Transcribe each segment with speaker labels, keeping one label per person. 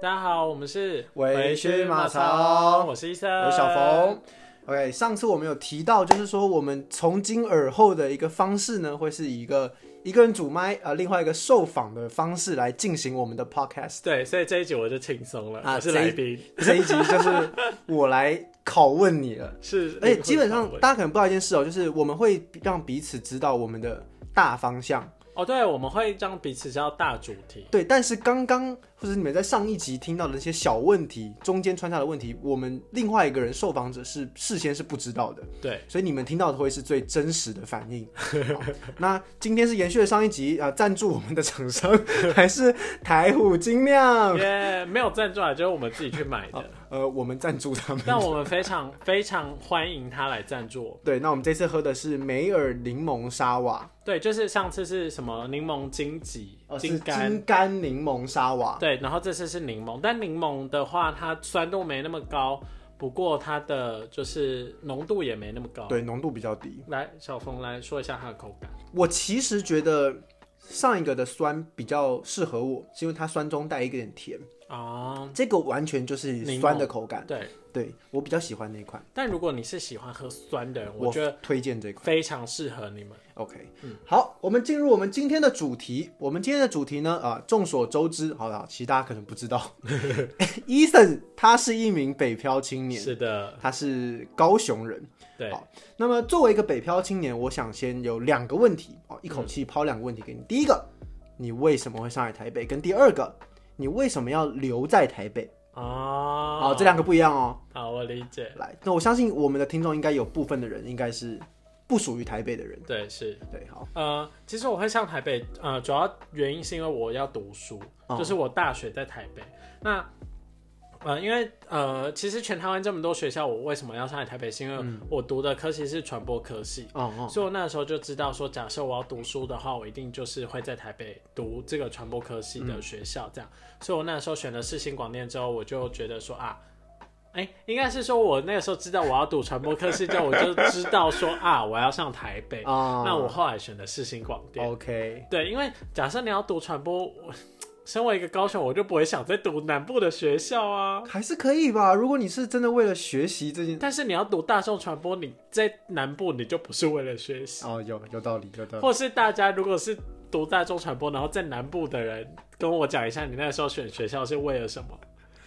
Speaker 1: 大家好，我们是
Speaker 2: 微醺马槽
Speaker 1: 我是医生，
Speaker 2: 我是小冯。OK，上次我们有提到，就是说我们从今而后的一个方式呢，会是以一个一个人主麦，呃，另外一个受访的方式来进行我们的 podcast。
Speaker 1: 对，所以这一集我就轻松了，
Speaker 2: 啊
Speaker 1: 我是
Speaker 2: 这一
Speaker 1: 来宾，
Speaker 2: 这一集就是我来拷问你了，
Speaker 1: 是，
Speaker 2: 而哎且基本上大家可能不知道一件事哦，就是我们会让彼此知道我们的大方向。
Speaker 1: 哦，对，我们会让彼此叫大主题，
Speaker 2: 对，但是刚刚或者你们在上一集听到的那些小问题，中间穿插的问题，我们另外一个人受访者是事先是不知道的。
Speaker 1: 对，
Speaker 2: 所以你们听到的会是最真实的 反应。好那今天是延续了上一集啊，呃赞、助我们的 厂商还是台虎精酿，
Speaker 1: 耶，没有赞助啊，就是我们自己去买的，
Speaker 2: 呃，我们赞助他们。
Speaker 1: 但我们非常非常欢迎他来赞助我们。
Speaker 2: 对，那我们这次喝的是梅尔柠檬沙瓦，
Speaker 1: 对，就是上次是什么柠檬荆棘、
Speaker 2: 呃，是
Speaker 1: 哦金柑，
Speaker 2: 金柑柠檬沙瓦，
Speaker 1: 对，然后这次是柠檬，但柠檬的话，它酸度没那么高，不过它的就是浓度也没那么高。
Speaker 2: 对，浓度比较低。
Speaker 1: 来，小冯来说一下它的口感。
Speaker 2: 我其实觉得上一个的酸比较适合我，是因为它酸中带一点甜，
Speaker 1: 哦，
Speaker 2: 这个完全就是
Speaker 1: 柠檬
Speaker 2: 酸的口感。
Speaker 1: 对。
Speaker 2: 对我比较喜欢那一款，
Speaker 1: 但如果你是喜欢喝酸的人，我
Speaker 2: 我
Speaker 1: 觉得
Speaker 2: 推荐这款。
Speaker 1: 非常适合你们。
Speaker 2: OK，、
Speaker 1: 嗯
Speaker 2: 好，我们进入我们今天的主题。我们今天的主题呢，啊、众所周知，好了，其实大家可能不知道 ，Ethan 他是一名北漂青年，
Speaker 1: 是的，
Speaker 2: 他是高雄人。
Speaker 1: 对，
Speaker 2: 好，那么作为一个北漂青年，我想先有两个问题
Speaker 1: 嗯
Speaker 2: 哦，一口气抛两个问题给你。第一个，你为什么会上来台北？跟第二个，你为什么要留在台北？
Speaker 1: 哦，
Speaker 2: 哦，这两个不一样哦。
Speaker 1: 好，我理解。
Speaker 2: 来，那我相信我们的听众应该有部分的人应该是不属于台北的人。
Speaker 1: 对，是。
Speaker 2: 对，好，
Speaker 1: 呃，其实我会上台北，呃，主要原因是因为我要读书，
Speaker 2: 哦
Speaker 1: 就是我大学在台北。那呃，因为呃，其实全台湾这么多学校，我为什么要上来台北？是因
Speaker 2: 嗯
Speaker 1: 为我读的科系是传播科系，
Speaker 2: 哦哦，
Speaker 1: 所以我那时候就知道说，假设我要读书的话，我一定就是会在台北读这个传播科系的学校这样。所以我那时候选了世新广电之后，我就觉得说啊，哎、应该是说我那个时候知道我要读传播科系之后，我就知道说啊，我要上台北。
Speaker 2: 啊
Speaker 1: 那我后来选的世新广电，
Speaker 2: 哦 OK，
Speaker 1: 对，因为假设你要读传播，我 身为一个高雄，我就不会想再读南部的学校啊。
Speaker 2: 还是可以吧。如果你是真的为了学习这件，
Speaker 1: 但是你要读大众传播，你在南部你就不是为了学习。
Speaker 2: 哦，有有道理，有道理。
Speaker 1: 或是大家如果是读大众传播，然后在南部的人跟我讲一下，你那时候选学校是为了什么？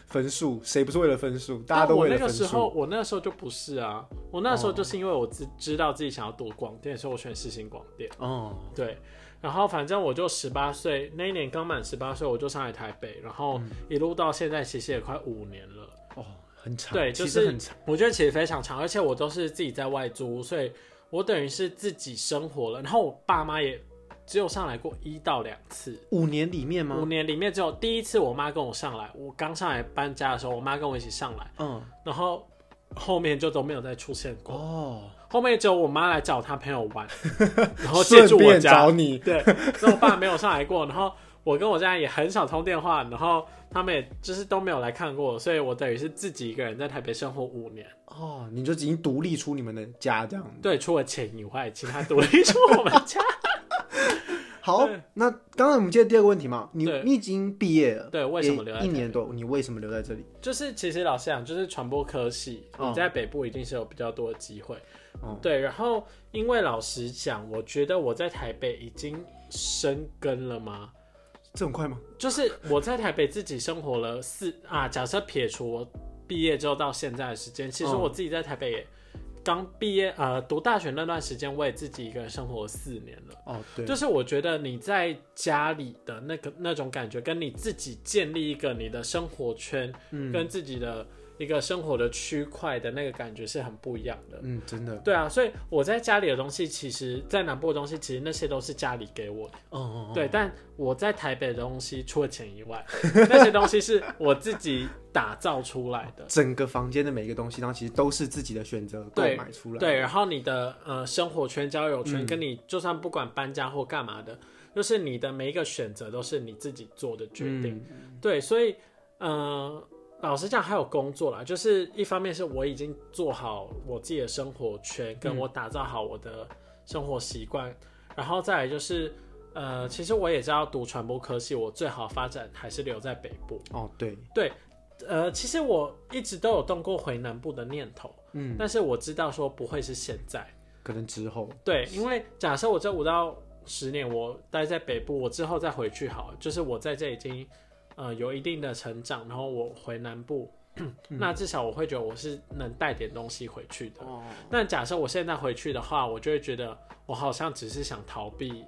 Speaker 2: 分数谁不是为了分数？大家
Speaker 1: 但
Speaker 2: 都
Speaker 1: 我
Speaker 2: 为
Speaker 1: 那
Speaker 2: 了
Speaker 1: 个
Speaker 2: 分
Speaker 1: 时
Speaker 2: 数哦
Speaker 1: 候，。我那时候就不是啊，我那时候就是因为我知知道自己想要读广电，所以我选世新广电。
Speaker 2: 哦，
Speaker 1: 对，然后反正我就十八岁那一年刚满十八岁，我就上来台北，然后
Speaker 2: 嗯
Speaker 1: 一路到现在，其实也快五年了。
Speaker 2: 哦，很长，
Speaker 1: 对，就
Speaker 2: 其
Speaker 1: 是
Speaker 2: 实很长。
Speaker 1: 我觉得其实非常长，而且我都是自己在外租，所以我等于是自己生活了。然后我爸妈也只有上来过一到两次，
Speaker 2: 五年里面
Speaker 1: 五
Speaker 2: 吗？
Speaker 1: 年里面只有第一次我妈跟我上来，我刚上来搬家的时候，我妈跟我一起上来，
Speaker 2: 嗯，
Speaker 1: 然后后面就都没有再出现过。
Speaker 2: 哦，
Speaker 1: 后面只有我妈来找她朋友 玩，然后借
Speaker 2: 顺
Speaker 1: 住我
Speaker 2: 便
Speaker 1: 家
Speaker 2: 找。你。
Speaker 1: 对，所以我爸没有上来过，然后我跟我家人也很少通电话，然后他们也就是都没有来看过，所以我等于是自己一个人在台北生活五年。
Speaker 2: 哦，你就已经独立出你们的家这样。
Speaker 1: 对，除了钱以外，其他独立出我们 家。
Speaker 2: 好，那刚才我们接第二个问题嘛，你
Speaker 1: 对
Speaker 2: 你已经毕业了，
Speaker 1: 对，为什么留在
Speaker 2: 也一年多？你为什么留在这里？
Speaker 1: 就是其实老实讲，就是传播科系，
Speaker 2: 嗯
Speaker 1: 你在北部一定是有比较多的机会。
Speaker 2: 嗯
Speaker 1: 对，然后因为老实讲，我觉得我在台北已经生根了吗？
Speaker 2: 这么快吗？
Speaker 1: 就是我在台北自己生活了四啊，假设撇除我毕业之后到现在的时间，其实
Speaker 2: 嗯
Speaker 1: 我自己在台北也刚毕业呃读大学那段时间，我也自己一个人生活了四年了。
Speaker 2: 哦，对，
Speaker 1: 就是我觉得你在家里的那个那种感觉，跟你自己建立一个你的生活圈，
Speaker 2: 嗯
Speaker 1: 跟自己的一个生活的区块的那个感觉是很不一样的。
Speaker 2: 嗯，真的，
Speaker 1: 对啊，所以我在家里的东西，其实，在南部的东西，其实那些都是家里给我的。
Speaker 2: 哦哦，
Speaker 1: 对，但我在台北的东西，除了钱以外， 那些东西是我自己打造出来的。
Speaker 2: 整个房间的每一个东西，然后其实都是自己的嗯选择购
Speaker 1: 对
Speaker 2: 买出来。
Speaker 1: 对，然后你的呃生活圈、交友圈，跟你就算不管搬家或干嘛的，就是你的每一个选择都是你自己做的决定。
Speaker 2: 嗯，
Speaker 1: 对，所以呃，老实讲，还有工作啦，就是一方面是我已经做好我自己的生活圈，跟我打造好我的生活习惯，然后再来就是呃，其实我也知道读传播科系，我最好发展还是留在北部。
Speaker 2: 哦，对，
Speaker 1: 对，呃，其实我一直都有动过回南部的念头，
Speaker 2: 嗯，
Speaker 1: 但是我知道说不会是现在。
Speaker 2: 可能之后，
Speaker 1: 对，因为假设我这五到十年我待在北部，我之后再回去好了，就是我在这已经呃有一定的成长，然后我回南部，
Speaker 2: 嗯
Speaker 1: 那至少我会觉得我是能带点东西回去的。
Speaker 2: 哦，
Speaker 1: 但假设我现在回去的话，我就会觉得我好像只是想逃避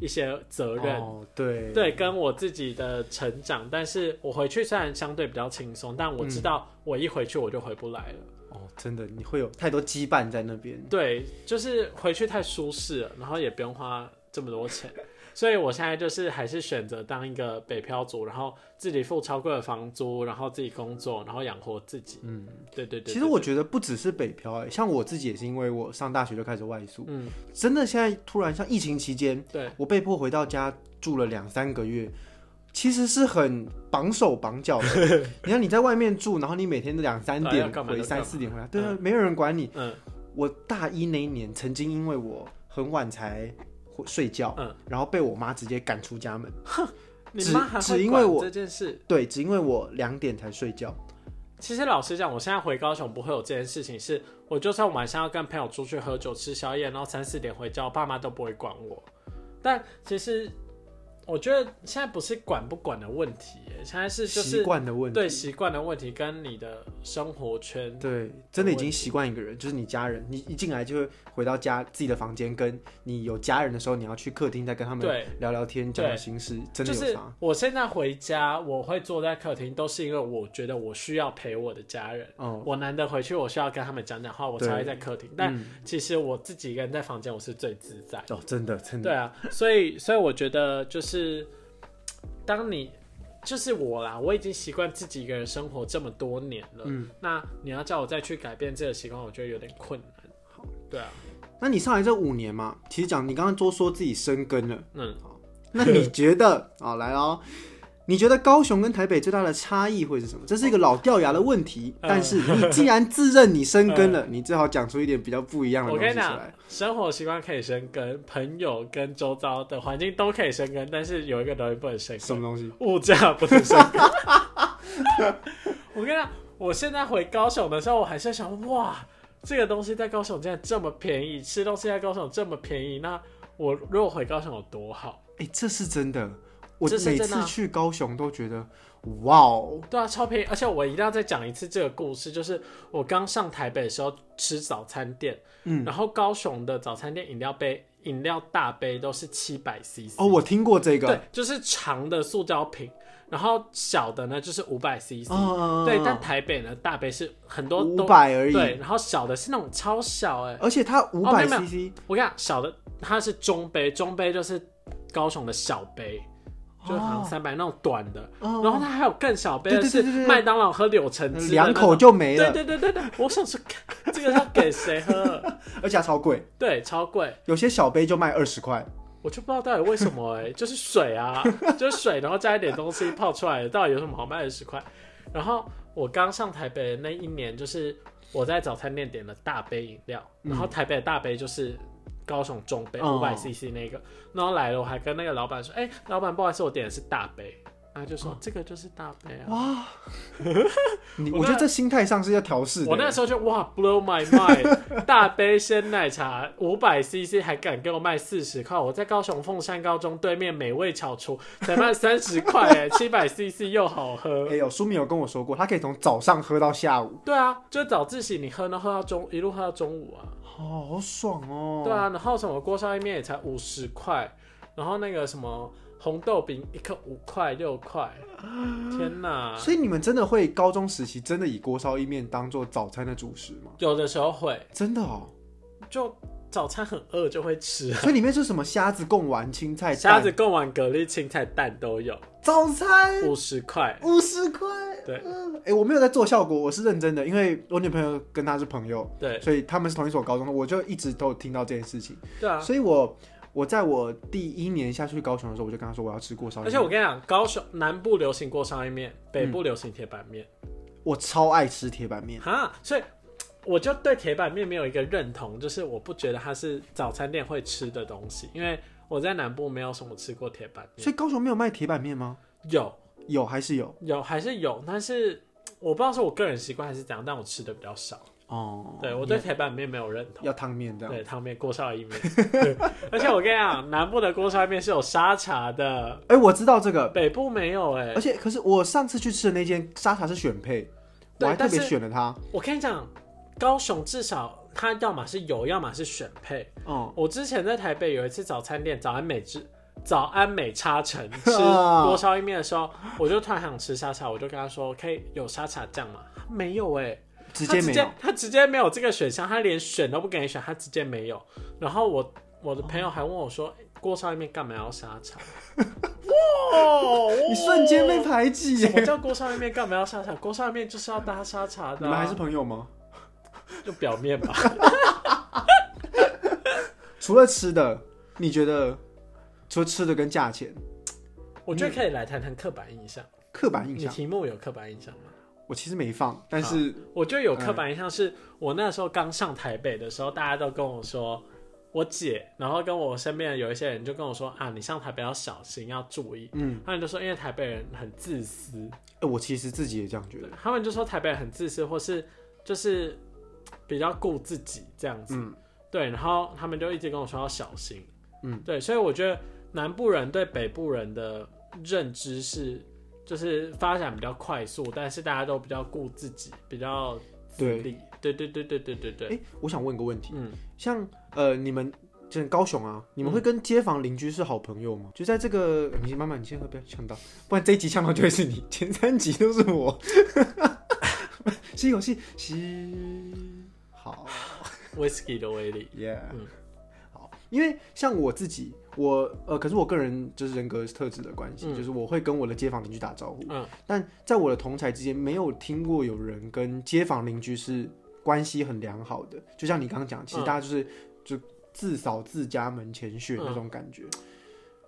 Speaker 1: 一些责任，
Speaker 2: 哦，对，，
Speaker 1: 对，跟我自己的成长。但是我回去虽然相对比较轻松，但我
Speaker 2: 嗯
Speaker 1: 知道我一回去我就回不来了。
Speaker 2: 哦，真的，你会有太多羁绊在那边，
Speaker 1: 对，就是回去太舒适了，然后也不用花这么多钱， 所以我现在就是还是选择当一个北漂族，然后自己付超贵的房租，然后自己工作，然后养活自己。
Speaker 2: 嗯，
Speaker 1: 对对对
Speaker 2: 其实我觉得不只是北漂、欸，像我自己也是因为我上大学就开始外宿，
Speaker 1: 嗯，
Speaker 2: 真的现在突然像疫情期间，
Speaker 1: 对，
Speaker 2: 我被迫回到家住了两三个月，其实是很绑手绑脚 的。你看你在外面住，然后你每天两三
Speaker 1: 对啊
Speaker 2: 点
Speaker 1: 要干嘛
Speaker 2: 回，
Speaker 1: 就干
Speaker 2: 三
Speaker 1: 嘛
Speaker 2: 四点回来，对啊，没有人管你。
Speaker 1: 嗯
Speaker 2: 我大一那一年，曾经因为我很晚才睡觉，
Speaker 1: 嗯，
Speaker 2: 然后被我妈直接赶出家门。
Speaker 1: 你
Speaker 2: 只
Speaker 1: 妈还
Speaker 2: 只
Speaker 1: 会
Speaker 2: 因为
Speaker 1: 管
Speaker 2: 我
Speaker 1: 这件事。
Speaker 2: 对，只因为我两点才睡觉。
Speaker 1: 其实老实讲，我现在回高雄不会有这件事情，是我就算晚上要跟朋友出去喝酒吃宵夜，然后三四点回家，我爸妈都不会管我。但其实我觉得现在不是管不管的问题耶，现在是就
Speaker 2: 习
Speaker 1: 是
Speaker 2: 惯的问题。
Speaker 1: 对习惯的问题跟你的生活圈，
Speaker 2: 对，真的已经习惯一个人，就是你家人，你一进来就会回到家自己的房间，跟你有家人的时候，你要去客厅再跟他们
Speaker 1: 对
Speaker 2: 聊聊天，讲讲
Speaker 1: 对
Speaker 2: 心事，真的
Speaker 1: 就
Speaker 2: 有差。
Speaker 1: 是我现在回家，我会坐在客厅，都是因为我觉得我需要陪我的家人。
Speaker 2: 哦，
Speaker 1: 我难得回去，我需要跟他们讲讲话，我才会在客
Speaker 2: 嗯
Speaker 1: 厅。但其实我自己一个人在房间，我是最自在。
Speaker 2: 哦，真的，真的，
Speaker 1: 对啊，所以所以我觉得就是，当你就是我啦，我已经习惯自己一个人生活这么多年了。
Speaker 2: 嗯，
Speaker 1: 那你要叫我再去改变这个习惯，我觉得有点困难。对啊，
Speaker 2: 那你上来这五年嘛，其实讲你刚刚都说自己生根了，
Speaker 1: 嗯，
Speaker 2: 那你觉得 啊、来哦，你觉得高雄跟台北最大的差异会是什么？这是一个老掉牙的问题，
Speaker 1: 呃
Speaker 2: 但是你既然自认你生 根了，你最好讲出一点比较不一样的
Speaker 1: 我
Speaker 2: 东
Speaker 1: 跟
Speaker 2: 西
Speaker 1: 你
Speaker 2: 出
Speaker 1: 讲
Speaker 2: 来。，
Speaker 1: 生活习惯可以生根，朋友跟周遭的环境都可以生根，但是有一个东西不能生
Speaker 2: 什
Speaker 1: 根，
Speaker 2: 么东西？
Speaker 1: 物价不能生根。 我跟你讲，我现在回高雄的时候，我还是想，哇，这个东西在高雄竟然这么便宜，吃东西在高雄这么便宜，那我如果回高雄有多好？
Speaker 2: 哎、这是真的，我
Speaker 1: 这是
Speaker 2: 每
Speaker 1: 真的
Speaker 2: 次
Speaker 1: 啊
Speaker 2: 去高雄都觉得，哇哦，
Speaker 1: 对啊，超便宜！而且我一定要再讲一次这个故事，就是我刚上台北的时候吃早餐店，
Speaker 2: 嗯，
Speaker 1: 然后高雄的早餐店饮料杯、饮料大杯都是七百 CC。
Speaker 2: 哦，我听过这个，
Speaker 1: 对，就是长的塑胶瓶，然后小的呢就是五百 CC，、
Speaker 2: 嗯，嗯，
Speaker 1: 对，但台北呢大杯是很多
Speaker 2: 五
Speaker 1: 都
Speaker 2: 百而已，呃
Speaker 1: 对，然后小的是那种超小哎、
Speaker 2: 而且它五
Speaker 1: 没
Speaker 2: 百
Speaker 1: 有没有
Speaker 2: CC，
Speaker 1: 我跟你讲，小的它是中杯，中杯就是高雄的小杯，就是好像三百那种短的，
Speaker 2: 哦
Speaker 1: 然后它还有更小杯的
Speaker 2: 对对
Speaker 1: 是
Speaker 2: 对对对
Speaker 1: 麦当劳喝柳橙汁的那
Speaker 2: 两口
Speaker 1: 种
Speaker 2: 就没
Speaker 1: 对
Speaker 2: 了，
Speaker 1: 对对对对，我想说这个要给谁 喝？
Speaker 2: 而且它超贵，
Speaker 1: 对，超贵。
Speaker 2: 有些小杯就卖二十块，
Speaker 1: 我就不知道到底为什么哎、 就是水啊，就是水，然后加一点东西泡出来的，到底有什么好卖的十块？然后我刚上台北的那一年，就是我在早餐店点了大杯饮料，然后台北的大杯就是高雄中杯
Speaker 2: 哦
Speaker 1: 五百 CC 那个，然后来了我还跟那个老板说，哎、老板不好意思，我点的是大杯，他就说、这个就是大杯啊。
Speaker 2: 哇， 你
Speaker 1: 我
Speaker 2: 我觉得
Speaker 1: 那
Speaker 2: 这心态上是要调试的，
Speaker 1: 我那时候就哇，blow my mind，大杯鲜奶茶五百 CC 还敢给我卖四十块，我在高雄凤山高中对面美味巧厨才卖三十块哎，七百 CC 又好喝
Speaker 2: 哎。呦，书明有跟我说过，他可以从早上喝到下午，
Speaker 1: 对啊，就早自习你喝呢，喝到中一路喝到中午啊。
Speaker 2: 哦，好爽哦，
Speaker 1: 对，啊，然后什么锅烧意面也才五十块，然后那个什么红豆饼一颗五块六块，天哪！
Speaker 2: 所以你们真的会高中时期真的以锅烧意面当做早餐的主食吗？
Speaker 1: 有的时候会
Speaker 2: 真的哦，
Speaker 1: 就早餐很饿就会吃啊，
Speaker 2: 所以里面是什么虾子贡丸、青菜、
Speaker 1: 虾
Speaker 2: 蛋
Speaker 1: 子、贡丸、蛤蜊、青菜、蛋都有，
Speaker 2: 早餐
Speaker 1: 五十块。
Speaker 2: 五十块，
Speaker 1: 对
Speaker 2: 嗯，哎、我没有在做效果，我是认真的，因为我女朋友跟她是朋友，
Speaker 1: 对
Speaker 2: 所以他们是同一所高中的，我就一直都有听到这件事情，
Speaker 1: 对啊，
Speaker 2: 所以我我在我第一年下去高雄的时候，我就跟她说我要吃过烧意
Speaker 1: 而
Speaker 2: 面，
Speaker 1: 且我跟你讲，高雄南部流嗯行锅烧意面，北部流行铁板面、
Speaker 2: 我超爱吃铁板面，
Speaker 1: 哈，所以我就对铁板面没有一个认同，就是我不觉得它是早餐店会吃的东西，因为我在南部没有什么吃过铁板面。
Speaker 2: 所以高雄没有卖铁板面吗？
Speaker 1: 有
Speaker 2: 有还是有
Speaker 1: 有还是有，但是我不知道是我个人习惯还是怎样，但我吃的比较少。
Speaker 2: 哦。
Speaker 1: 对我对铁板面没嗯有认同。
Speaker 2: 要汤面这样。
Speaker 1: 对，汤面锅烧意面， 对而且我跟你讲，南部的锅烧意面是有沙茶的，
Speaker 2: 哎、我知道这个，
Speaker 1: 北部没有哎、
Speaker 2: 而且可是我上次去吃的那间沙茶是选配，我
Speaker 1: 对
Speaker 2: 还特别
Speaker 1: 但是
Speaker 2: 选了它。
Speaker 1: 我跟你讲，高雄至少它要么是有，要么是选配。
Speaker 2: 哦、
Speaker 1: 我之前在台北有一次早餐店早安美之早安美叉 城吃
Speaker 2: 啊
Speaker 1: 锅烧意面的时候，我就突然想吃沙茶，我就跟他说可以有沙茶酱吗？没有哎、
Speaker 2: 直接没
Speaker 1: 他
Speaker 2: 有
Speaker 1: 直。他直接没有这个选项，他连选都不给你选，他直接没有。然后我我的朋友还问我说，欸锅烧意面干嘛要沙茶？ 哇！
Speaker 2: 你瞬间被排挤耶
Speaker 1: 什么叫锅烧意面干嘛要沙茶？锅烧意面就是要搭沙茶
Speaker 2: 你
Speaker 1: 的啊、
Speaker 2: 们还是朋友吗？
Speaker 1: 就表面 吧。
Speaker 2: 除了吃的，你觉得除了吃的跟价钱，
Speaker 1: 我觉得可以来谈谈刻板印象。
Speaker 2: 刻板印
Speaker 1: 你
Speaker 2: 象
Speaker 1: 题目有刻板印象吗？
Speaker 2: 我其实没放，但是
Speaker 1: 我就有刻板印象，是我那时候刚上台北的时候，大家都跟我说，我姐，然后跟我身边的有一些人就跟我说啊，你上台北要小心，要注意。
Speaker 2: 嗯，
Speaker 1: 他们就说，因为台北人很自私，
Speaker 2: 哎我其实自己也这样觉得。
Speaker 1: 他们就说台北人很自私，或是就是比较顾自己这样子。
Speaker 2: 嗯
Speaker 1: 对，然后他们就一直跟我说要小心。
Speaker 2: 嗯，
Speaker 1: 对，所以我觉得南部人对北部人的认知是，就是发展比较快速，但是大家都比较顾自己，比较自立。对对对对对对对。
Speaker 2: 哎、我想问个问题，
Speaker 1: 嗯，
Speaker 2: 像呃，你们就是高雄啊，你们会跟街坊邻居是好朋友吗？就在这个，你慢慢，你先喝，不要呛到，不然这一集呛到就会是你，前三集都是我。 吸口气，吸，好
Speaker 1: ，whisky 的威力。
Speaker 2: ，yeah，、
Speaker 1: 嗯
Speaker 2: 好。因为像我自己，我呃，可是我个人就是人格特质的关系，
Speaker 1: 嗯
Speaker 2: 就是我会跟我的街坊邻居打招呼，
Speaker 1: 嗯，
Speaker 2: 但在我的同才之间，没有听过有人跟街坊邻居是关系很良好的。就像你刚刚讲，其实
Speaker 1: 嗯
Speaker 2: 大家就是、就自扫自家门前雪
Speaker 1: 嗯
Speaker 2: 那种感觉。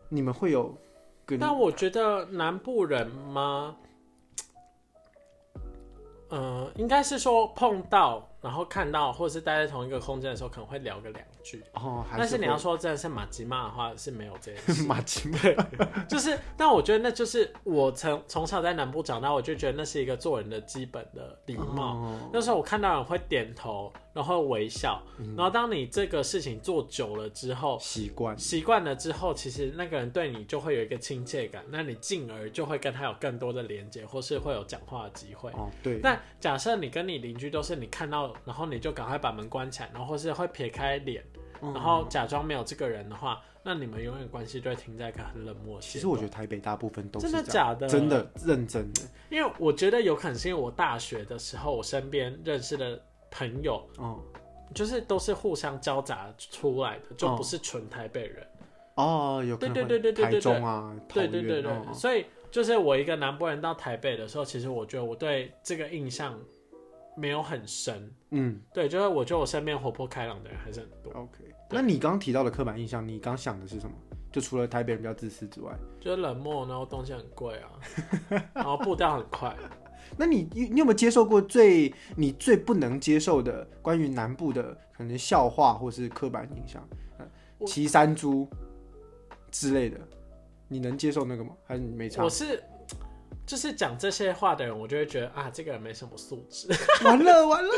Speaker 2: 你们会有跟
Speaker 1: 但我觉得南部人吗？嗯、应该是说碰到，然后看到，或者是待在同一个空间的时候，可能会聊个两句。
Speaker 2: 哦，还
Speaker 1: 但是
Speaker 2: 会。
Speaker 1: 你要说真的是马吉骂的话，是没有这件事
Speaker 2: 马吉
Speaker 1: 就是，但我觉得那就是我从从小在南部长大，我就觉得那是一个做人的基本的礼貌。
Speaker 2: 哦
Speaker 1: 那时候我看到人会点头，然后微笑，
Speaker 2: 嗯
Speaker 1: 然后当你这个事情做久了之后，
Speaker 2: 习惯
Speaker 1: 习惯了之后，其实那个人对你就会有一个亲切感，那你进而就会跟他有更多的连接，或是会有讲话的机会。
Speaker 2: 哦，对，
Speaker 1: 那假设你跟你邻居都是你看到，然后你就赶快把门关起来，然后或是会撇开脸，
Speaker 2: 嗯
Speaker 1: 然后假装没有这个人的话，那你们永远关系就会停在一个很冷漠的
Speaker 2: 其
Speaker 1: 阶段。
Speaker 2: 实我觉得台北大部分都是
Speaker 1: 真的
Speaker 2: 这样
Speaker 1: 假的
Speaker 2: 真的认真的
Speaker 1: 因为我觉得有可能是因为我大学的时候，我身边认识的朋友，
Speaker 2: 哦
Speaker 1: 就是都是互相交杂出来的，就
Speaker 2: 哦
Speaker 1: 不是纯台北人。
Speaker 2: 哦，有可能
Speaker 1: 对
Speaker 2: 会
Speaker 1: 对对对对
Speaker 2: 台
Speaker 1: 对
Speaker 2: 中啊，
Speaker 1: 对对
Speaker 2: 桃
Speaker 1: 对
Speaker 2: 园
Speaker 1: 对，
Speaker 2: 哦
Speaker 1: 所以就是我一个南部人到台北的时候，其实我觉得我对这个印象没有很深。
Speaker 2: 嗯
Speaker 1: 对，就是我觉得我身边活泼开朗的人还是很多，
Speaker 2: ，OK。那你刚刚提到的刻板印象，你刚想的是什么？就除了台北人比较自私之外。
Speaker 1: 就是冷漠，然后东西很贵 啊，然后步调很快。
Speaker 2: 那你你你有没有接受过最你最不能接受的关于南部的可能笑话或是刻板印象，呃
Speaker 1: 我
Speaker 2: 骑山猪之类的，你能接受那个吗？还是你没差
Speaker 1: 我？是就是讲这些话的人，我就会觉得啊，这个人没什么素质。
Speaker 2: 完了完了，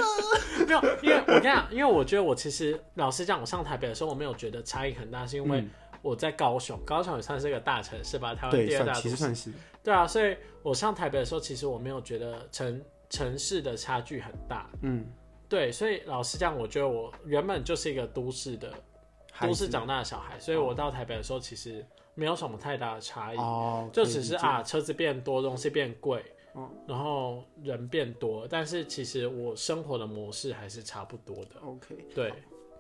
Speaker 1: 没有，因为我跟你讲，因为我觉得我其实老实讲，我上台北的时候我没有觉得差异很大，是因为
Speaker 2: 嗯
Speaker 1: 我在高雄，高雄也算是个大城市吧，台湾
Speaker 2: 对，
Speaker 1: 第二
Speaker 2: 算
Speaker 1: 啊大
Speaker 2: 其
Speaker 1: 都市。
Speaker 2: 实算是
Speaker 1: 对啊，所以我上台北的时候，其实我没有觉得城城市的差距很大。
Speaker 2: 嗯，
Speaker 1: 对，所以老实讲，我觉得我原本就是一个都市的
Speaker 2: 孩
Speaker 1: 都
Speaker 2: 子
Speaker 1: 市长大的小孩，所以我到台北的时候其实没有什么太大的差异，
Speaker 2: 哦，
Speaker 1: 就
Speaker 2: 可以
Speaker 1: 只
Speaker 2: 理
Speaker 1: 是
Speaker 2: 解，
Speaker 1: 啊车子变多，东西变贵，
Speaker 2: 哦
Speaker 1: 然后人变多，但是其实我生活的模式还是差不多的。
Speaker 2: OK。
Speaker 1: 对，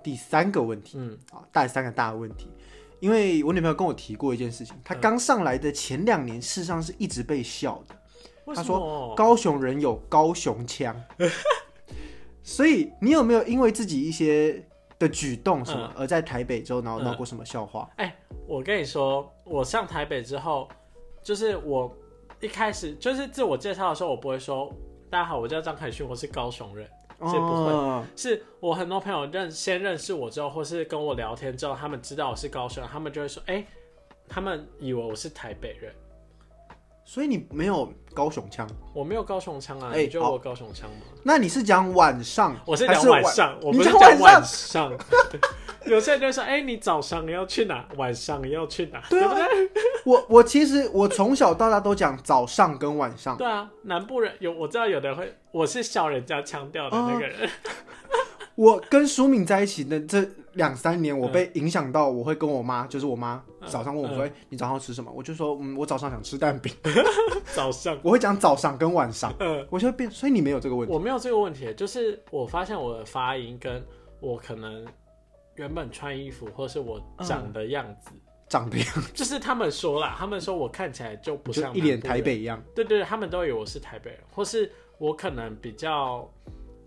Speaker 2: 第三个问题
Speaker 1: 嗯
Speaker 2: 啊，大三个大问题。因为我女朋友跟我提过一件事情，她
Speaker 1: 嗯
Speaker 2: 刚上来的前两年，事实上是一直被笑的。
Speaker 1: 为
Speaker 2: 他
Speaker 1: 什
Speaker 2: 说
Speaker 1: 么？
Speaker 2: 高雄人有高雄腔， 所以你有没有因为自己一些的举动什么，
Speaker 1: 嗯
Speaker 2: 而在台北之后然后闹过什么笑话？
Speaker 1: 我跟你说，我上台北之后，就是我一开始就是自我介绍的时候，我不会说“大家好，我叫张凯勋，我是高雄人”，是不会。
Speaker 2: 会。
Speaker 1: 是我很多朋友认先认识我之后，或是跟我聊天之后，他们知道我是高雄人，他们就会说，哎、他们以为我是台北人。
Speaker 2: 所以你没有高雄腔，
Speaker 1: 我没有高雄腔啊，
Speaker 2: 哎
Speaker 1: 你觉得我有高雄腔吗？
Speaker 2: 那你是讲晚上，
Speaker 1: 我是
Speaker 2: 还
Speaker 1: 讲
Speaker 2: 是
Speaker 1: 晚上，我
Speaker 2: 你
Speaker 1: 不是
Speaker 2: 讲
Speaker 1: 讲晚
Speaker 2: 晚
Speaker 1: 上。 有些人就说：“哎、你早上要去哪？晚上要去哪？”
Speaker 2: 对啊，我我其实我从小到大都讲早上跟晚上，
Speaker 1: 对啊，南部人有我知道有的人会，我是笑人家腔调的那个人。
Speaker 2: 哦我跟舒敏在一起的这两三年，我被影响到，我会跟我妈，就是我妈
Speaker 1: 嗯
Speaker 2: 早上问我说：“哎，你早上要吃什么？”我就说：“嗯，我早上想吃蛋饼。
Speaker 1: 早上”，
Speaker 2: 我会讲早上跟晚上，
Speaker 1: 嗯，
Speaker 2: 我就会变。所以你没有这个问题
Speaker 1: 我没有这个问题，就是我发现我的发音跟我可能原本穿衣服或是我长的样子，
Speaker 2: 长得样
Speaker 1: 就是他们说啦，他们说我看起来就不
Speaker 2: 就
Speaker 1: 像
Speaker 2: 一脸
Speaker 1: 南部人
Speaker 2: 台北一样。
Speaker 1: 对对，对他们都以为我是台北人，或是我可能比较，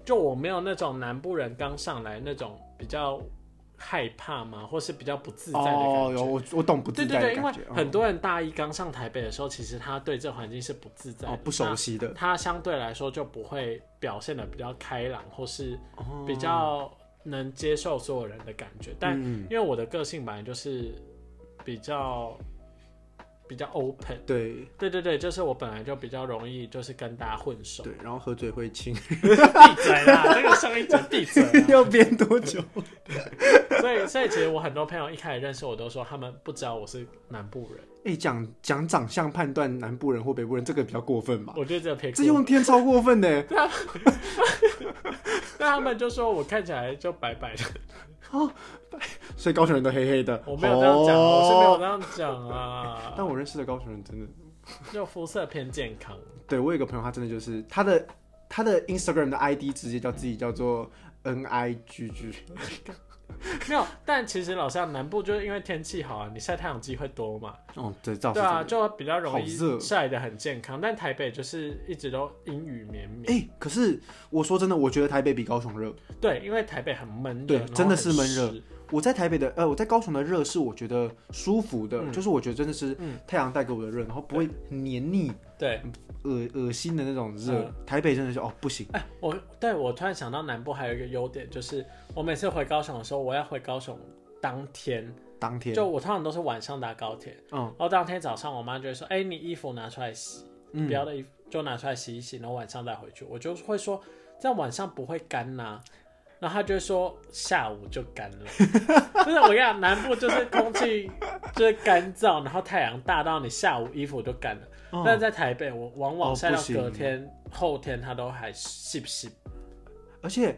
Speaker 1: 就我没有那种南部人刚上来那种比较害怕嘛，或是比较不自在的
Speaker 2: 哦，
Speaker 1: 感
Speaker 2: 有
Speaker 1: 觉。
Speaker 2: 我我懂不
Speaker 1: 对
Speaker 2: 自
Speaker 1: 对
Speaker 2: 在
Speaker 1: 对，
Speaker 2: 的
Speaker 1: 因为
Speaker 2: 感觉，
Speaker 1: 很
Speaker 2: 嗯
Speaker 1: 多人大一刚上台北的时候，其实他对这环境是不自在的
Speaker 2: 哦不熟，悉
Speaker 1: 那
Speaker 2: 的，
Speaker 1: 他相对来说就不会表现的比较开朗，或是
Speaker 2: 哦
Speaker 1: 比较能接受所有人的感觉。但
Speaker 2: 嗯
Speaker 1: 因为我的个性本来就是比较比较 open，
Speaker 2: 对
Speaker 1: 对对对，就是我本来就比较容易就是跟大家混熟。
Speaker 2: 对，然后喝醉会亲，
Speaker 1: 闭嘴啦！那个上一集闭嘴啦。
Speaker 2: 要编多久？
Speaker 1: 所以所以其实我很多朋友一开始认识我都说他们不知道我是南部人，
Speaker 2: 哎，讲讲长相判断南部人或北部人，这个比较过分吧？
Speaker 1: 我啊觉得这偏酷
Speaker 2: 这。用天超过 分的。
Speaker 1: 但他们就说我看起来就白白的，
Speaker 2: 所以高雄人都黑黑的。
Speaker 1: 我没有这样讲，我是没有
Speaker 2: 哦。
Speaker 1: 这样讲啊。
Speaker 2: 但我认识的高雄人真的，
Speaker 1: 就肤色偏健 康，
Speaker 2: 对我有一个朋友，他真的就是他的他的 Instagram 的 ID 直接叫自己叫做 N I G G，
Speaker 1: 没有。但其实老实讲，南部就是因为天气好啊，你晒太阳机会多嘛，
Speaker 2: 哦，对，造
Speaker 1: 对啊，就比较容
Speaker 2: 好热
Speaker 1: 易晒得很健康。但台北就是一直都阴雨绵绵。
Speaker 2: 哎、可是我说真的，我觉得台北比高雄热。
Speaker 1: 对，因为台北很闷热，
Speaker 2: 对
Speaker 1: 然后
Speaker 2: 真的是
Speaker 1: 很
Speaker 2: 闷热
Speaker 1: 湿。
Speaker 2: 我在台北的，呃，我在高雄的热是我觉得舒服的，
Speaker 1: 嗯
Speaker 2: 就是我觉得真的是
Speaker 1: 嗯
Speaker 2: 太阳带给我的热，然后不会黏腻、
Speaker 1: 对，
Speaker 2: 恶恶心的那种热。
Speaker 1: 嗯
Speaker 2: 台北真的是哦不行，
Speaker 1: 哎，我对我突然想到南部还有一个优点，就是我每次回高雄的时候，我要回高雄当天，
Speaker 2: 当天
Speaker 1: 就我通常都是晚上搭高铁，
Speaker 2: 嗯
Speaker 1: 然后当天早上我妈就会说：“哎、你衣服拿出来洗，
Speaker 2: 嗯
Speaker 1: 不要的衣服就拿出来洗一洗，然后晚上再回去。”我就会说：“这样晚上不会干呐、然后她就会说：“下午就干了。” 就是我跟你讲，南部就是空气就是干燥，然后太阳大到你下午衣服就干了。
Speaker 2: 嗯
Speaker 1: 但是在台北，我往
Speaker 2: 哦
Speaker 1: 往晒
Speaker 2: 不
Speaker 1: 到
Speaker 2: 行
Speaker 1: 隔天、后天，它都还细不细？
Speaker 2: 而且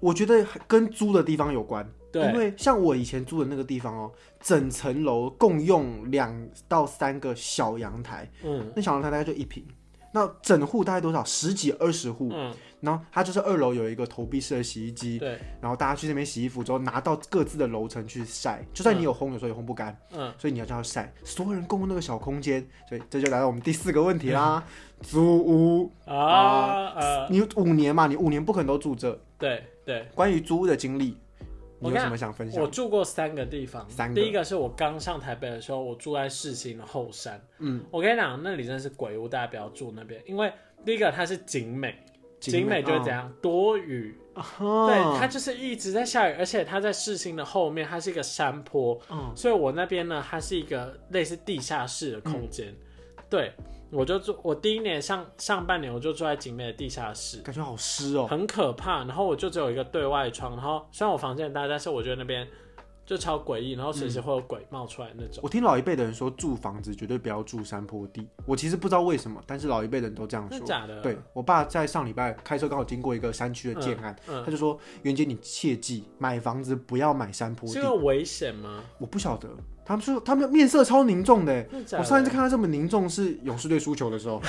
Speaker 2: 我觉得跟租的地方有关，
Speaker 1: 对
Speaker 2: 因为像我以前租的那个地方哦，整层楼共用两到三个小阳台，
Speaker 1: 嗯
Speaker 2: 那小阳台大概就一平，那整户大概多少？十几二十户，
Speaker 1: 嗯，
Speaker 2: 然后它就是二楼有一个投币式的洗衣机，
Speaker 1: 对，
Speaker 2: 然后大家去那边洗衣服之后，拿到各自的楼层去晒，就算你有烘，有时候也烘不干，
Speaker 1: 嗯，
Speaker 2: 所以你要这样晒，所有人共用那个小空间，所以这就来到我们第四个问题啦，
Speaker 1: 嗯
Speaker 2: 租屋，
Speaker 1: 啊呃，
Speaker 2: 你五年嘛，你五年不可能都住这，
Speaker 1: 对对，
Speaker 2: 关于租屋的经历，
Speaker 1: 我
Speaker 2: 你有
Speaker 1: 跟
Speaker 2: 什么想分享
Speaker 1: 我？住过三个地方，
Speaker 2: 三个
Speaker 1: 第一个是我刚上台北的时候，我住在世新的后山。
Speaker 2: 嗯，
Speaker 1: 我跟你讲，那里真的是鬼屋，大家不要住那边，因为第一个它是景美，景美就是怎
Speaker 2: 样？
Speaker 1: 样、多雨，
Speaker 2: 哦
Speaker 1: 对，它就是一直在下雨，而且它在世新的后面，它是一个山坡，
Speaker 2: 嗯
Speaker 1: 所以我那边呢，它是一个类似地下室的空间。
Speaker 2: 嗯
Speaker 1: 对，我就住，我第一年上上半年我就住在景美的地下室，
Speaker 2: 感觉好湿哦。
Speaker 1: 很可怕。然后我就只有一个对外窗，然后虽然我房间很大，但是我觉得那边就超诡异，然后随时会有鬼冒出来那种。
Speaker 2: 我听老一辈的人说，住房子绝对不要住山坡地。我其实不知道为什么，但是老一辈人都这样
Speaker 1: 真的
Speaker 2: 嗯说。
Speaker 1: 假的？
Speaker 2: 对我爸在上礼拜开车刚好经过一个山区的建案，
Speaker 1: 嗯嗯，
Speaker 2: 他就说：“袁姐，你切记买房子不要买山坡
Speaker 1: 是哦
Speaker 2: 地
Speaker 1: 因。为危险吗？”
Speaker 2: 我不晓得，他们说他们面色超凝重的。欸
Speaker 1: 真的假的
Speaker 2: 我上一次看他这么凝重是勇士队输球的时候。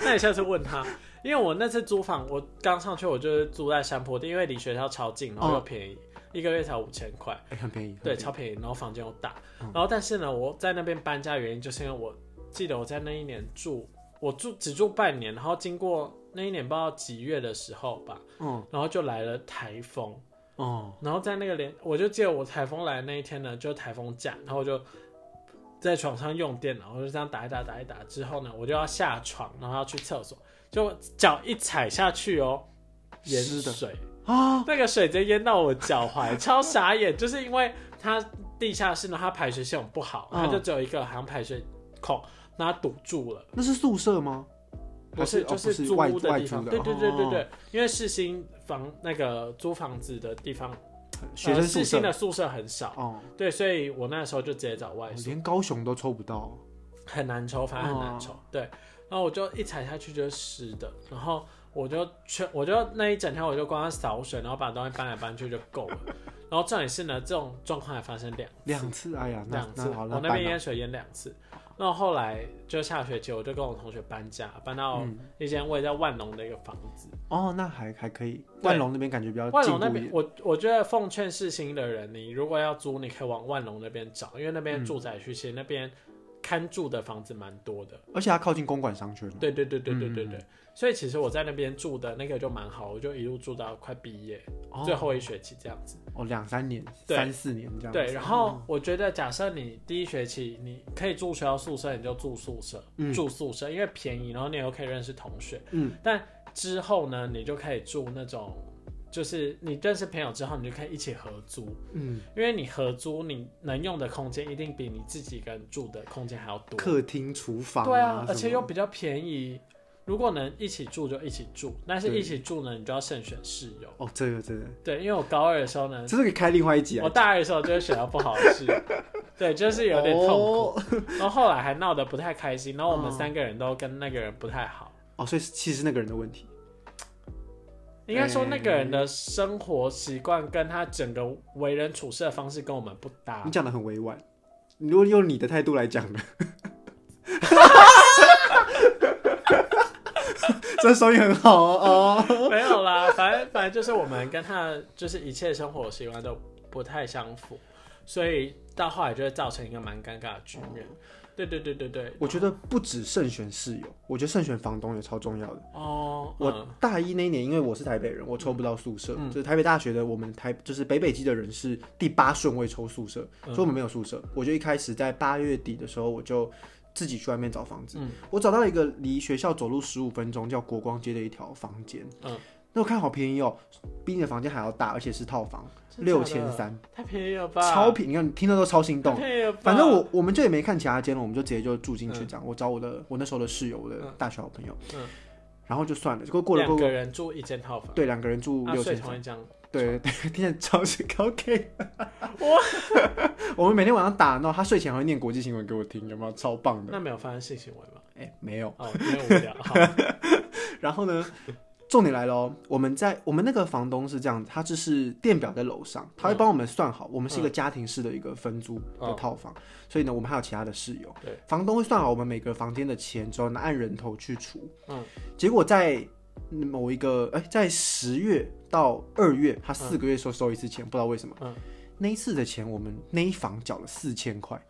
Speaker 1: 那你下次问他，因为我那次租房，我刚上去我就是租在山坡地，因为离学校超近，然后又便宜，一个月才五千块，
Speaker 2: 哎，嗯很便宜。
Speaker 1: 对，
Speaker 2: 很便宜
Speaker 1: 超便宜，然后房间又大，
Speaker 2: 嗯
Speaker 1: 然后但是呢，我在那边搬家的原因就是因为我记得我在那一年住，我住只住半年，然后经过那一年不知道几月的时候吧，
Speaker 2: 嗯
Speaker 1: 然后就来了台风，
Speaker 2: 哦，
Speaker 1: 然后在那个连，我就记得我台风来的那一天呢，就台风假，然后我就在床上用电脑，我就这样打一打打一打之后呢，我就要下床，然后要去厕所，就脚一踩下去哦，淹
Speaker 2: 湿的
Speaker 1: 水，
Speaker 2: 啊，
Speaker 1: 那个水直接淹到我脚踝，超傻眼。就是因为它地下室呢，它排水系统不好，
Speaker 2: 嗯
Speaker 1: 它就只有一个好像排水孔，那它堵住了。
Speaker 2: 那是宿舍吗？
Speaker 1: 不
Speaker 2: 是
Speaker 1: 是，就
Speaker 2: 哦不
Speaker 1: 是租
Speaker 2: 外
Speaker 1: 屋的
Speaker 2: 外
Speaker 1: 地方，
Speaker 2: 租的，
Speaker 1: 对对对对
Speaker 2: 哦，
Speaker 1: 对，因为世新房那个租房子的地方，
Speaker 2: 哦学
Speaker 1: 呃
Speaker 2: 生宿
Speaker 1: 世新
Speaker 2: 舍
Speaker 1: 的宿舍很少，
Speaker 2: 哦，
Speaker 1: 对，所以我那时候就直接找外宿，
Speaker 2: 连高雄都抽不到，
Speaker 1: 很难抽，反正很
Speaker 2: 哦
Speaker 1: 难抽。对，然后我就一踩下去就是湿的，然后我就全，我就那一整天我就光扫水，然后把东西搬来搬去就够 了。然后重点是呢，这种状况还发生两
Speaker 2: 两次，哎呀，那
Speaker 1: 两次，
Speaker 2: 那好，
Speaker 1: 我那
Speaker 2: 搬
Speaker 1: 边
Speaker 2: 了
Speaker 1: 淹水淹两次。然后后来就下学期，我就跟我同学搬家，搬到
Speaker 2: 嗯
Speaker 1: 一间位在万隆的一个房子。
Speaker 2: 哦，那还还可以，
Speaker 1: 对
Speaker 2: 万隆那边感觉比较
Speaker 1: 万
Speaker 2: 进
Speaker 1: 隆那
Speaker 2: 步一
Speaker 1: 边，
Speaker 2: 点，
Speaker 1: 我我觉得奉劝世新的人，你如果要租，你可以往万隆那边找，因为那
Speaker 2: 嗯
Speaker 1: 边住宅区其实那边看住的房子蛮多的。
Speaker 2: 而且它靠近公馆商圈嘛，
Speaker 1: 对对对对对对
Speaker 2: 嗯
Speaker 1: 对，所以其实我在那边住的那个就蛮好，我就一路住到快毕业、
Speaker 2: 哦
Speaker 1: 最后一学期这样子。
Speaker 2: 哦两三年、
Speaker 1: 对
Speaker 2: 三四年这样子，嗯
Speaker 1: 对，然后我觉得假设你第一学期你可以住学校宿舍，你就住宿舍，
Speaker 2: 嗯
Speaker 1: 住宿舍，因为便宜，然后你又可以认识同学。
Speaker 2: 嗯，
Speaker 1: 但之后呢，你就可以住那种，就是你认识朋友之后，你就可以一起合租。
Speaker 2: 嗯，
Speaker 1: 因为你合租，你能用的空间一定比你自己一个人住的空间还要多。
Speaker 2: 客厅、厨房
Speaker 1: 对
Speaker 2: 啊
Speaker 1: 啊，，
Speaker 2: 什
Speaker 1: 而且
Speaker 2: 么
Speaker 1: 又比较便宜。如果能一起住就一起住，但是
Speaker 2: 对
Speaker 1: 一起住呢，你就要慎选室友。
Speaker 2: 哦，这个真的，
Speaker 1: 对，因为我高二的时候呢，
Speaker 2: 这是可以开另外一集
Speaker 1: 我
Speaker 2: 啊，
Speaker 1: 大二的时候就会选到不好的室 友，对，就是哦有点痛苦。
Speaker 2: 哦
Speaker 1: 然后后来还闹得不太开心，然后我们
Speaker 2: 嗯
Speaker 1: 三个人都跟那个人不太好。
Speaker 2: 哦，所以其实是那个人的问题，
Speaker 1: 应该说，那个人的生活习惯跟他整个为人处事的方式跟我们不搭
Speaker 2: 你。讲的很委婉，你如果用你的态度来讲呢， 这收音很好哦。哦
Speaker 1: 没有啦，反正反正就是我们跟他的就是一切生活习惯都不太相符，所以到后来就会造成一个蛮尴尬的局面。对对对对对，
Speaker 2: 我觉得不止慎选室友，我觉得慎选房东也超重要的。
Speaker 1: 哦，
Speaker 2: 我
Speaker 1: 嗯
Speaker 2: 大一那一年，因为我是台北人，我抽不到宿舍，
Speaker 1: 嗯
Speaker 2: 就是台北大学的，我们台就是北北基的人是第八顺位抽宿舍，
Speaker 1: 嗯
Speaker 2: 所以我们没有宿舍。我就一开始在八月底的时候，我就自己去外面找房子，
Speaker 1: 嗯
Speaker 2: 我找到了一个离学校走路十五分钟叫国光街的一条房间，
Speaker 1: 嗯，
Speaker 2: 那我看好便宜哦，比你的房间还要大，而且是套房，
Speaker 1: 真的
Speaker 2: 六
Speaker 1: 假
Speaker 2: 千
Speaker 1: 的
Speaker 2: 三，
Speaker 1: 太便宜了吧？
Speaker 2: 超便宜，你看你听到都超心动
Speaker 1: 太。便宜了吧？
Speaker 2: 反正我我们就也没看其他间了，我们就直接就住进去这样。我找我的我那时候的室友，我的
Speaker 1: 嗯
Speaker 2: 大学好朋友，
Speaker 1: 嗯
Speaker 2: 然后就算了。结果过了过
Speaker 1: 两
Speaker 2: 了，
Speaker 1: 个人住一间套房，
Speaker 2: 对，两个人住
Speaker 1: 啊，
Speaker 2: 六
Speaker 1: 睡
Speaker 2: 千
Speaker 1: 同一张，
Speaker 2: 对 对，听起来超级高 K。我 我们每天晚上打闹，他睡前还会念国际新闻给我听，有没有？超棒的。
Speaker 1: 那没有发生性行为吗？
Speaker 2: 哎、没有。
Speaker 1: 哦，因为无 聊。好，
Speaker 2: 然后呢，重点来了哦，我们在我们那个房东是这样子，他就是电表在楼上，他会帮我们算好，我们是一个家庭式的一个分租的
Speaker 1: 嗯
Speaker 2: 套房，所以呢，我们还有其他的室友，
Speaker 1: 对，
Speaker 2: 房东会算好我们每个房间的钱之后，拿按人头去除，
Speaker 1: 嗯，
Speaker 2: 结果在某一个哎、在十月到二月，他四个月收收一次钱，不知道为什么，
Speaker 1: 嗯，
Speaker 2: 那一次的钱我们那一房缴了四千块，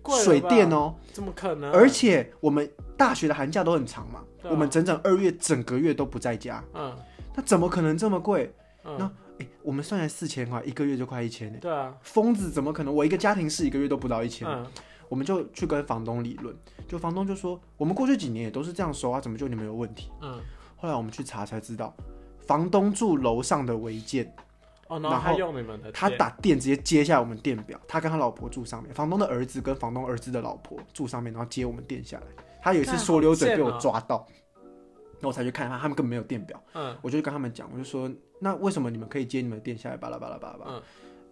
Speaker 1: 贵了吧
Speaker 2: 水电哦，
Speaker 1: 怎么可能？
Speaker 2: 而且我们大学的寒假都很长嘛，
Speaker 1: 对啊
Speaker 2: 我们整整二月整个月都不在家，
Speaker 1: 嗯
Speaker 2: 那怎么可能这么贵？
Speaker 1: 嗯，
Speaker 2: 那哎、我们算来四千块，一个月就快一千呢。
Speaker 1: 对啊，
Speaker 2: 疯子怎么可能？我一个家庭是一个月都不到一千、
Speaker 1: 嗯
Speaker 2: 我们就去跟房东理论，就房东就说我们过去几年也都是这样收啊，怎么就你们有问题？
Speaker 1: 嗯，
Speaker 2: 后来我们去查才知道，房东住楼上的违建，
Speaker 1: 哦，然
Speaker 2: 然
Speaker 1: 后
Speaker 2: 后
Speaker 1: 他用你们的
Speaker 2: 他
Speaker 1: 电
Speaker 2: 打电直接接下来我们电表，他跟他老婆住上面，房东的儿子跟房东儿子的老婆住上面，然后接我们电下来。他有一次
Speaker 1: 干
Speaker 2: 说溜嘴
Speaker 1: 好
Speaker 2: 被
Speaker 1: 贱
Speaker 2: 我
Speaker 1: 哦
Speaker 2: 抓到，那、我才去看他，他们根本没有电表。
Speaker 1: 嗯
Speaker 2: 我就跟他们讲，我就说，那为什么你们可以接你们的店下来？巴拉巴拉巴拉巴拉。
Speaker 1: 嗯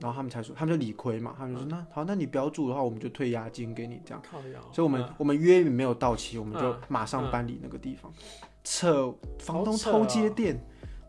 Speaker 2: 然后他们才说，他们就理亏嘛，他们就说，那好，那你不要住的话，我们就退押金给你这样。
Speaker 1: 靠腰，
Speaker 2: 所以我们、
Speaker 1: 嗯
Speaker 2: 我们约没有到期，我们就
Speaker 1: 嗯
Speaker 2: 马上搬离那个地方。扯，房东
Speaker 1: 好扯
Speaker 2: 偷
Speaker 1: 哦
Speaker 2: 接电，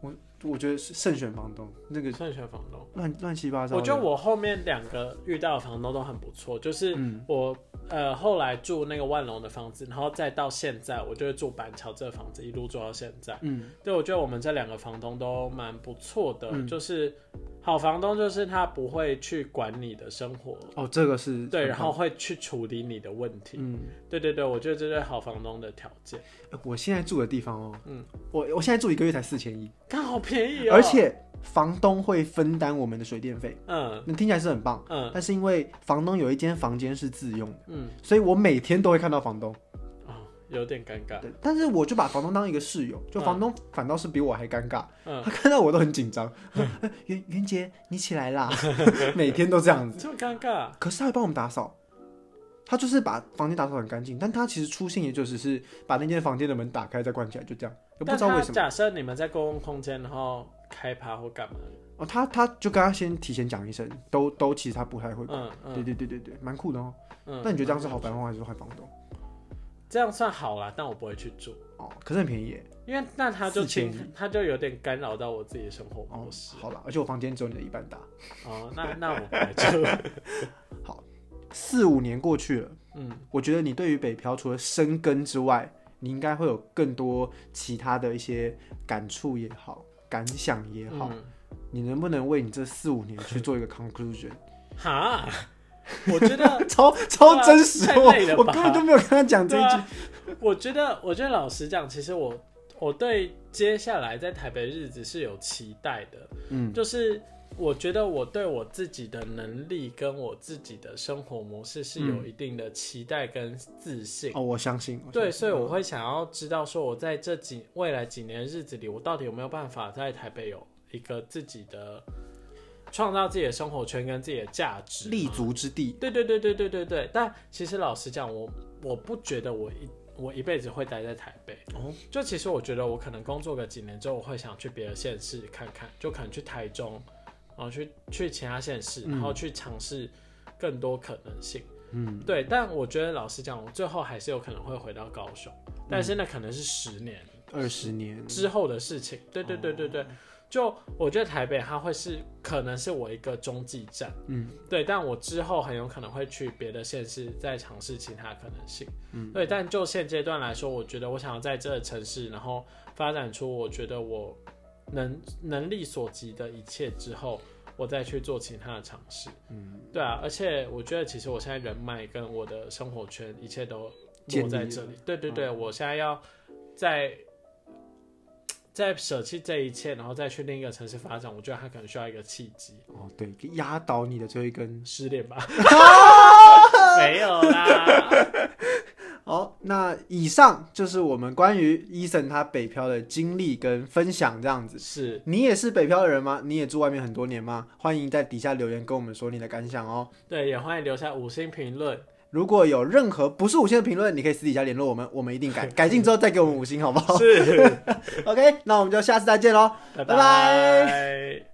Speaker 2: 我我觉得是慎选房东，那个
Speaker 1: 慎选房东。
Speaker 2: 乱乱七八糟的。
Speaker 1: 我觉得我后面两个遇到的房东都很不错，就是
Speaker 2: 嗯
Speaker 1: 我、呃后来住那个万隆的房子，然后再到现在，我就是住板桥这个房子，一路住到现在。
Speaker 2: 嗯
Speaker 1: 对，我觉得我啊们这两个房东都蛮不错的，
Speaker 2: 嗯
Speaker 1: 就是好房东就是他不会去管你的生活，
Speaker 2: 哦，这个是
Speaker 1: 对，
Speaker 2: 很
Speaker 1: 然后
Speaker 2: 好
Speaker 1: 会去处理你的问题。
Speaker 2: 嗯。哎
Speaker 1: 对对对，我觉得这是好房东的条件。
Speaker 2: 我现在住的地方哦，嗯
Speaker 1: 嗯，
Speaker 2: 我我现在住一个月才四千一，
Speaker 1: 看好便宜哦，
Speaker 2: 而且房东会分担我们的水电费，
Speaker 1: 嗯
Speaker 2: 那听起来是很棒，
Speaker 1: 嗯
Speaker 2: 但是因为房东有一间房间是自用的，
Speaker 1: 嗯
Speaker 2: 所以我每天都会看到房东。
Speaker 1: 哦，有点尴尬。
Speaker 2: 对，但是我就把房东当一个室友，就房东反倒是比我还尴尬，
Speaker 1: 嗯，
Speaker 2: 他看到我都很紧张。 他说呃袁袁杰，你起来啦， 每天都这样子。
Speaker 1: 这么尴尬，
Speaker 2: 可是他会帮我们打扫，他就是把房间打扫很干净，但他其实出现也就只是把那间房间的门打开再关起来，就这样，也不
Speaker 1: 但
Speaker 2: 知道为
Speaker 1: 他
Speaker 2: 什么。
Speaker 1: 假设你们在公共空间，然后开趴或干嘛？
Speaker 2: 哦，他他就跟他先提前讲一声，都都其实他不太会。
Speaker 1: 嗯嗯
Speaker 2: 对对对对对，蛮酷的哦。
Speaker 1: 嗯。
Speaker 2: 那你觉得这样是好房东还是坏房东？
Speaker 1: 这样算好啦，但我不会去住，
Speaker 2: 哦，可是很便宜耶。
Speaker 1: 因为那他就
Speaker 2: 4000
Speaker 1: 侵，他就有点干扰到我自己的生活
Speaker 2: 哦
Speaker 1: 模式。，
Speaker 2: 好吧，而且我房间只有你的一半大。
Speaker 1: 哦，那那我不会住。
Speaker 2: 四五年过去了，
Speaker 1: 嗯，
Speaker 2: 我觉得你对于北漂除了生根之外，你应该会有更多其他的一些感触也好，感想 也好。
Speaker 1: 嗯
Speaker 2: 你能不能为你这四五年去做一个 conclusion？
Speaker 1: 哈，我觉得，
Speaker 2: 超超真实
Speaker 1: 啊太
Speaker 2: 哦
Speaker 1: 累了，
Speaker 2: 我
Speaker 1: 吧
Speaker 2: 根本就没有跟他讲这
Speaker 1: 对
Speaker 2: 一句。
Speaker 1: 啊，我觉得，我觉得老实讲，其实我我对接下来在台北日子是有期待的，
Speaker 2: 嗯
Speaker 1: 就是我觉得我对我自己的能力跟我自己的生活模式是有一定的期待跟自信。
Speaker 2: 哦，我相信。我相
Speaker 1: 对，
Speaker 2: 信
Speaker 1: 所以我会想要知道，说我在这几未来几年日子里，我到底有没有办法在台北有一个自己的创造自己的生活圈跟自己的价值嘛
Speaker 2: 立足之地。
Speaker 1: 对对对对对对对，但其实老实讲，我我不觉得我一我一辈子会待在台北。
Speaker 2: 哦，
Speaker 1: 就其实我觉得我可能工作个几年之后，我会想去别的县市看看，就可能去台中，然后去去其他县市，
Speaker 2: 嗯
Speaker 1: 然后去尝试更多可能性。
Speaker 2: 嗯，
Speaker 1: 对，但我觉得老实讲，我最后还是有可能会回到高雄，但
Speaker 2: 嗯
Speaker 1: 是那可能是十年
Speaker 2: 二十年
Speaker 1: 之后的事情。对对对对
Speaker 2: 哦
Speaker 1: 对，就我觉得台北它会是可能是我一个中继站。
Speaker 2: 嗯，
Speaker 1: 对，但我之后很有可能会去别的县市，再尝试其他可能性。
Speaker 2: 嗯，
Speaker 1: 对，但就现阶段来说，我觉得我想要在这个城市，然后发展出我觉得我能能力所及的一切之后，我再去做其他的尝试。
Speaker 2: 嗯，
Speaker 1: 对啊，而且我觉得其实我现在人脉跟我的生活圈，一切都落
Speaker 2: 建立嗯
Speaker 1: 在这里。对对对，我现在要在在舍弃这一切，然后再去另一个城市发展，我觉得它可能需要一个契机。
Speaker 2: 哦，对，压倒你的最后一根。
Speaker 1: 失恋吧？没有啦，
Speaker 2: 好，那以上就是我们关于伊森他北漂的经历跟分享，这样子。
Speaker 1: 是
Speaker 2: 你也是北漂的人吗？你也住外面很多年吗？欢迎在底下留言跟我们说你的感想哦。
Speaker 1: 对，也欢迎留下五星评论。
Speaker 2: 如果有任何不是五星的评论，你可以私底下联络我们，我们一定改改进之后再哦给我们五星，好不好
Speaker 1: 是，
Speaker 2: ？OK，那我们就下次再见喽。
Speaker 1: 拜
Speaker 2: 拜拜
Speaker 1: 拜